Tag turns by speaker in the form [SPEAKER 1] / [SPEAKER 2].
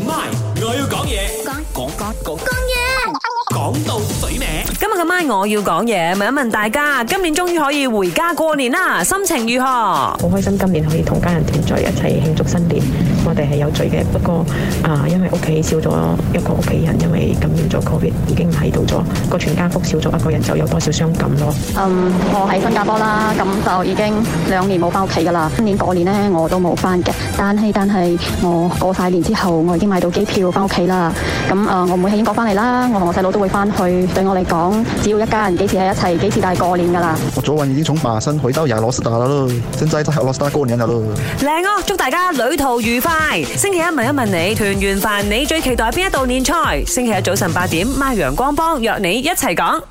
[SPEAKER 1] 我要講嘢，講講講講嘢，講到嘴歪。
[SPEAKER 2] 今日嘅晚我要講嘢，問一問大家，今年終於可以回家過年啦，心情如何？
[SPEAKER 3] 好開心今年可以同家人團聚一齊慶祝新年，我哋係有罪嘅。不過啊、因為屋企少咗一個屋企人，因為感染咗 Covid 已經唔喺度咗，個全家福少咗一個人就有多少傷感咯。
[SPEAKER 4] 嗯，我喺新加坡啦，咁就已經兩年冇翻屋企噶啦。今年過年呢，我都冇翻嘅，但係但係嗯我過晒年之後，我已經買到機票翻屋企啦。咁誒、呃我妹喺英國翻嚟啦，我同我細佬都會翻去。對我嚟講，只要一家人幾時喺一齊，幾時就係過年噶啦。
[SPEAKER 5] 我昨晚已经从马身回到亚罗斯达了咯，现在在亚罗斯达过年了咯。
[SPEAKER 2] 靚哦，祝大家旅途愉快。星期一問一問你，團圓飯你最期待邊一道年菜？星期一早晨八點，孖陽光幫約你一齊講。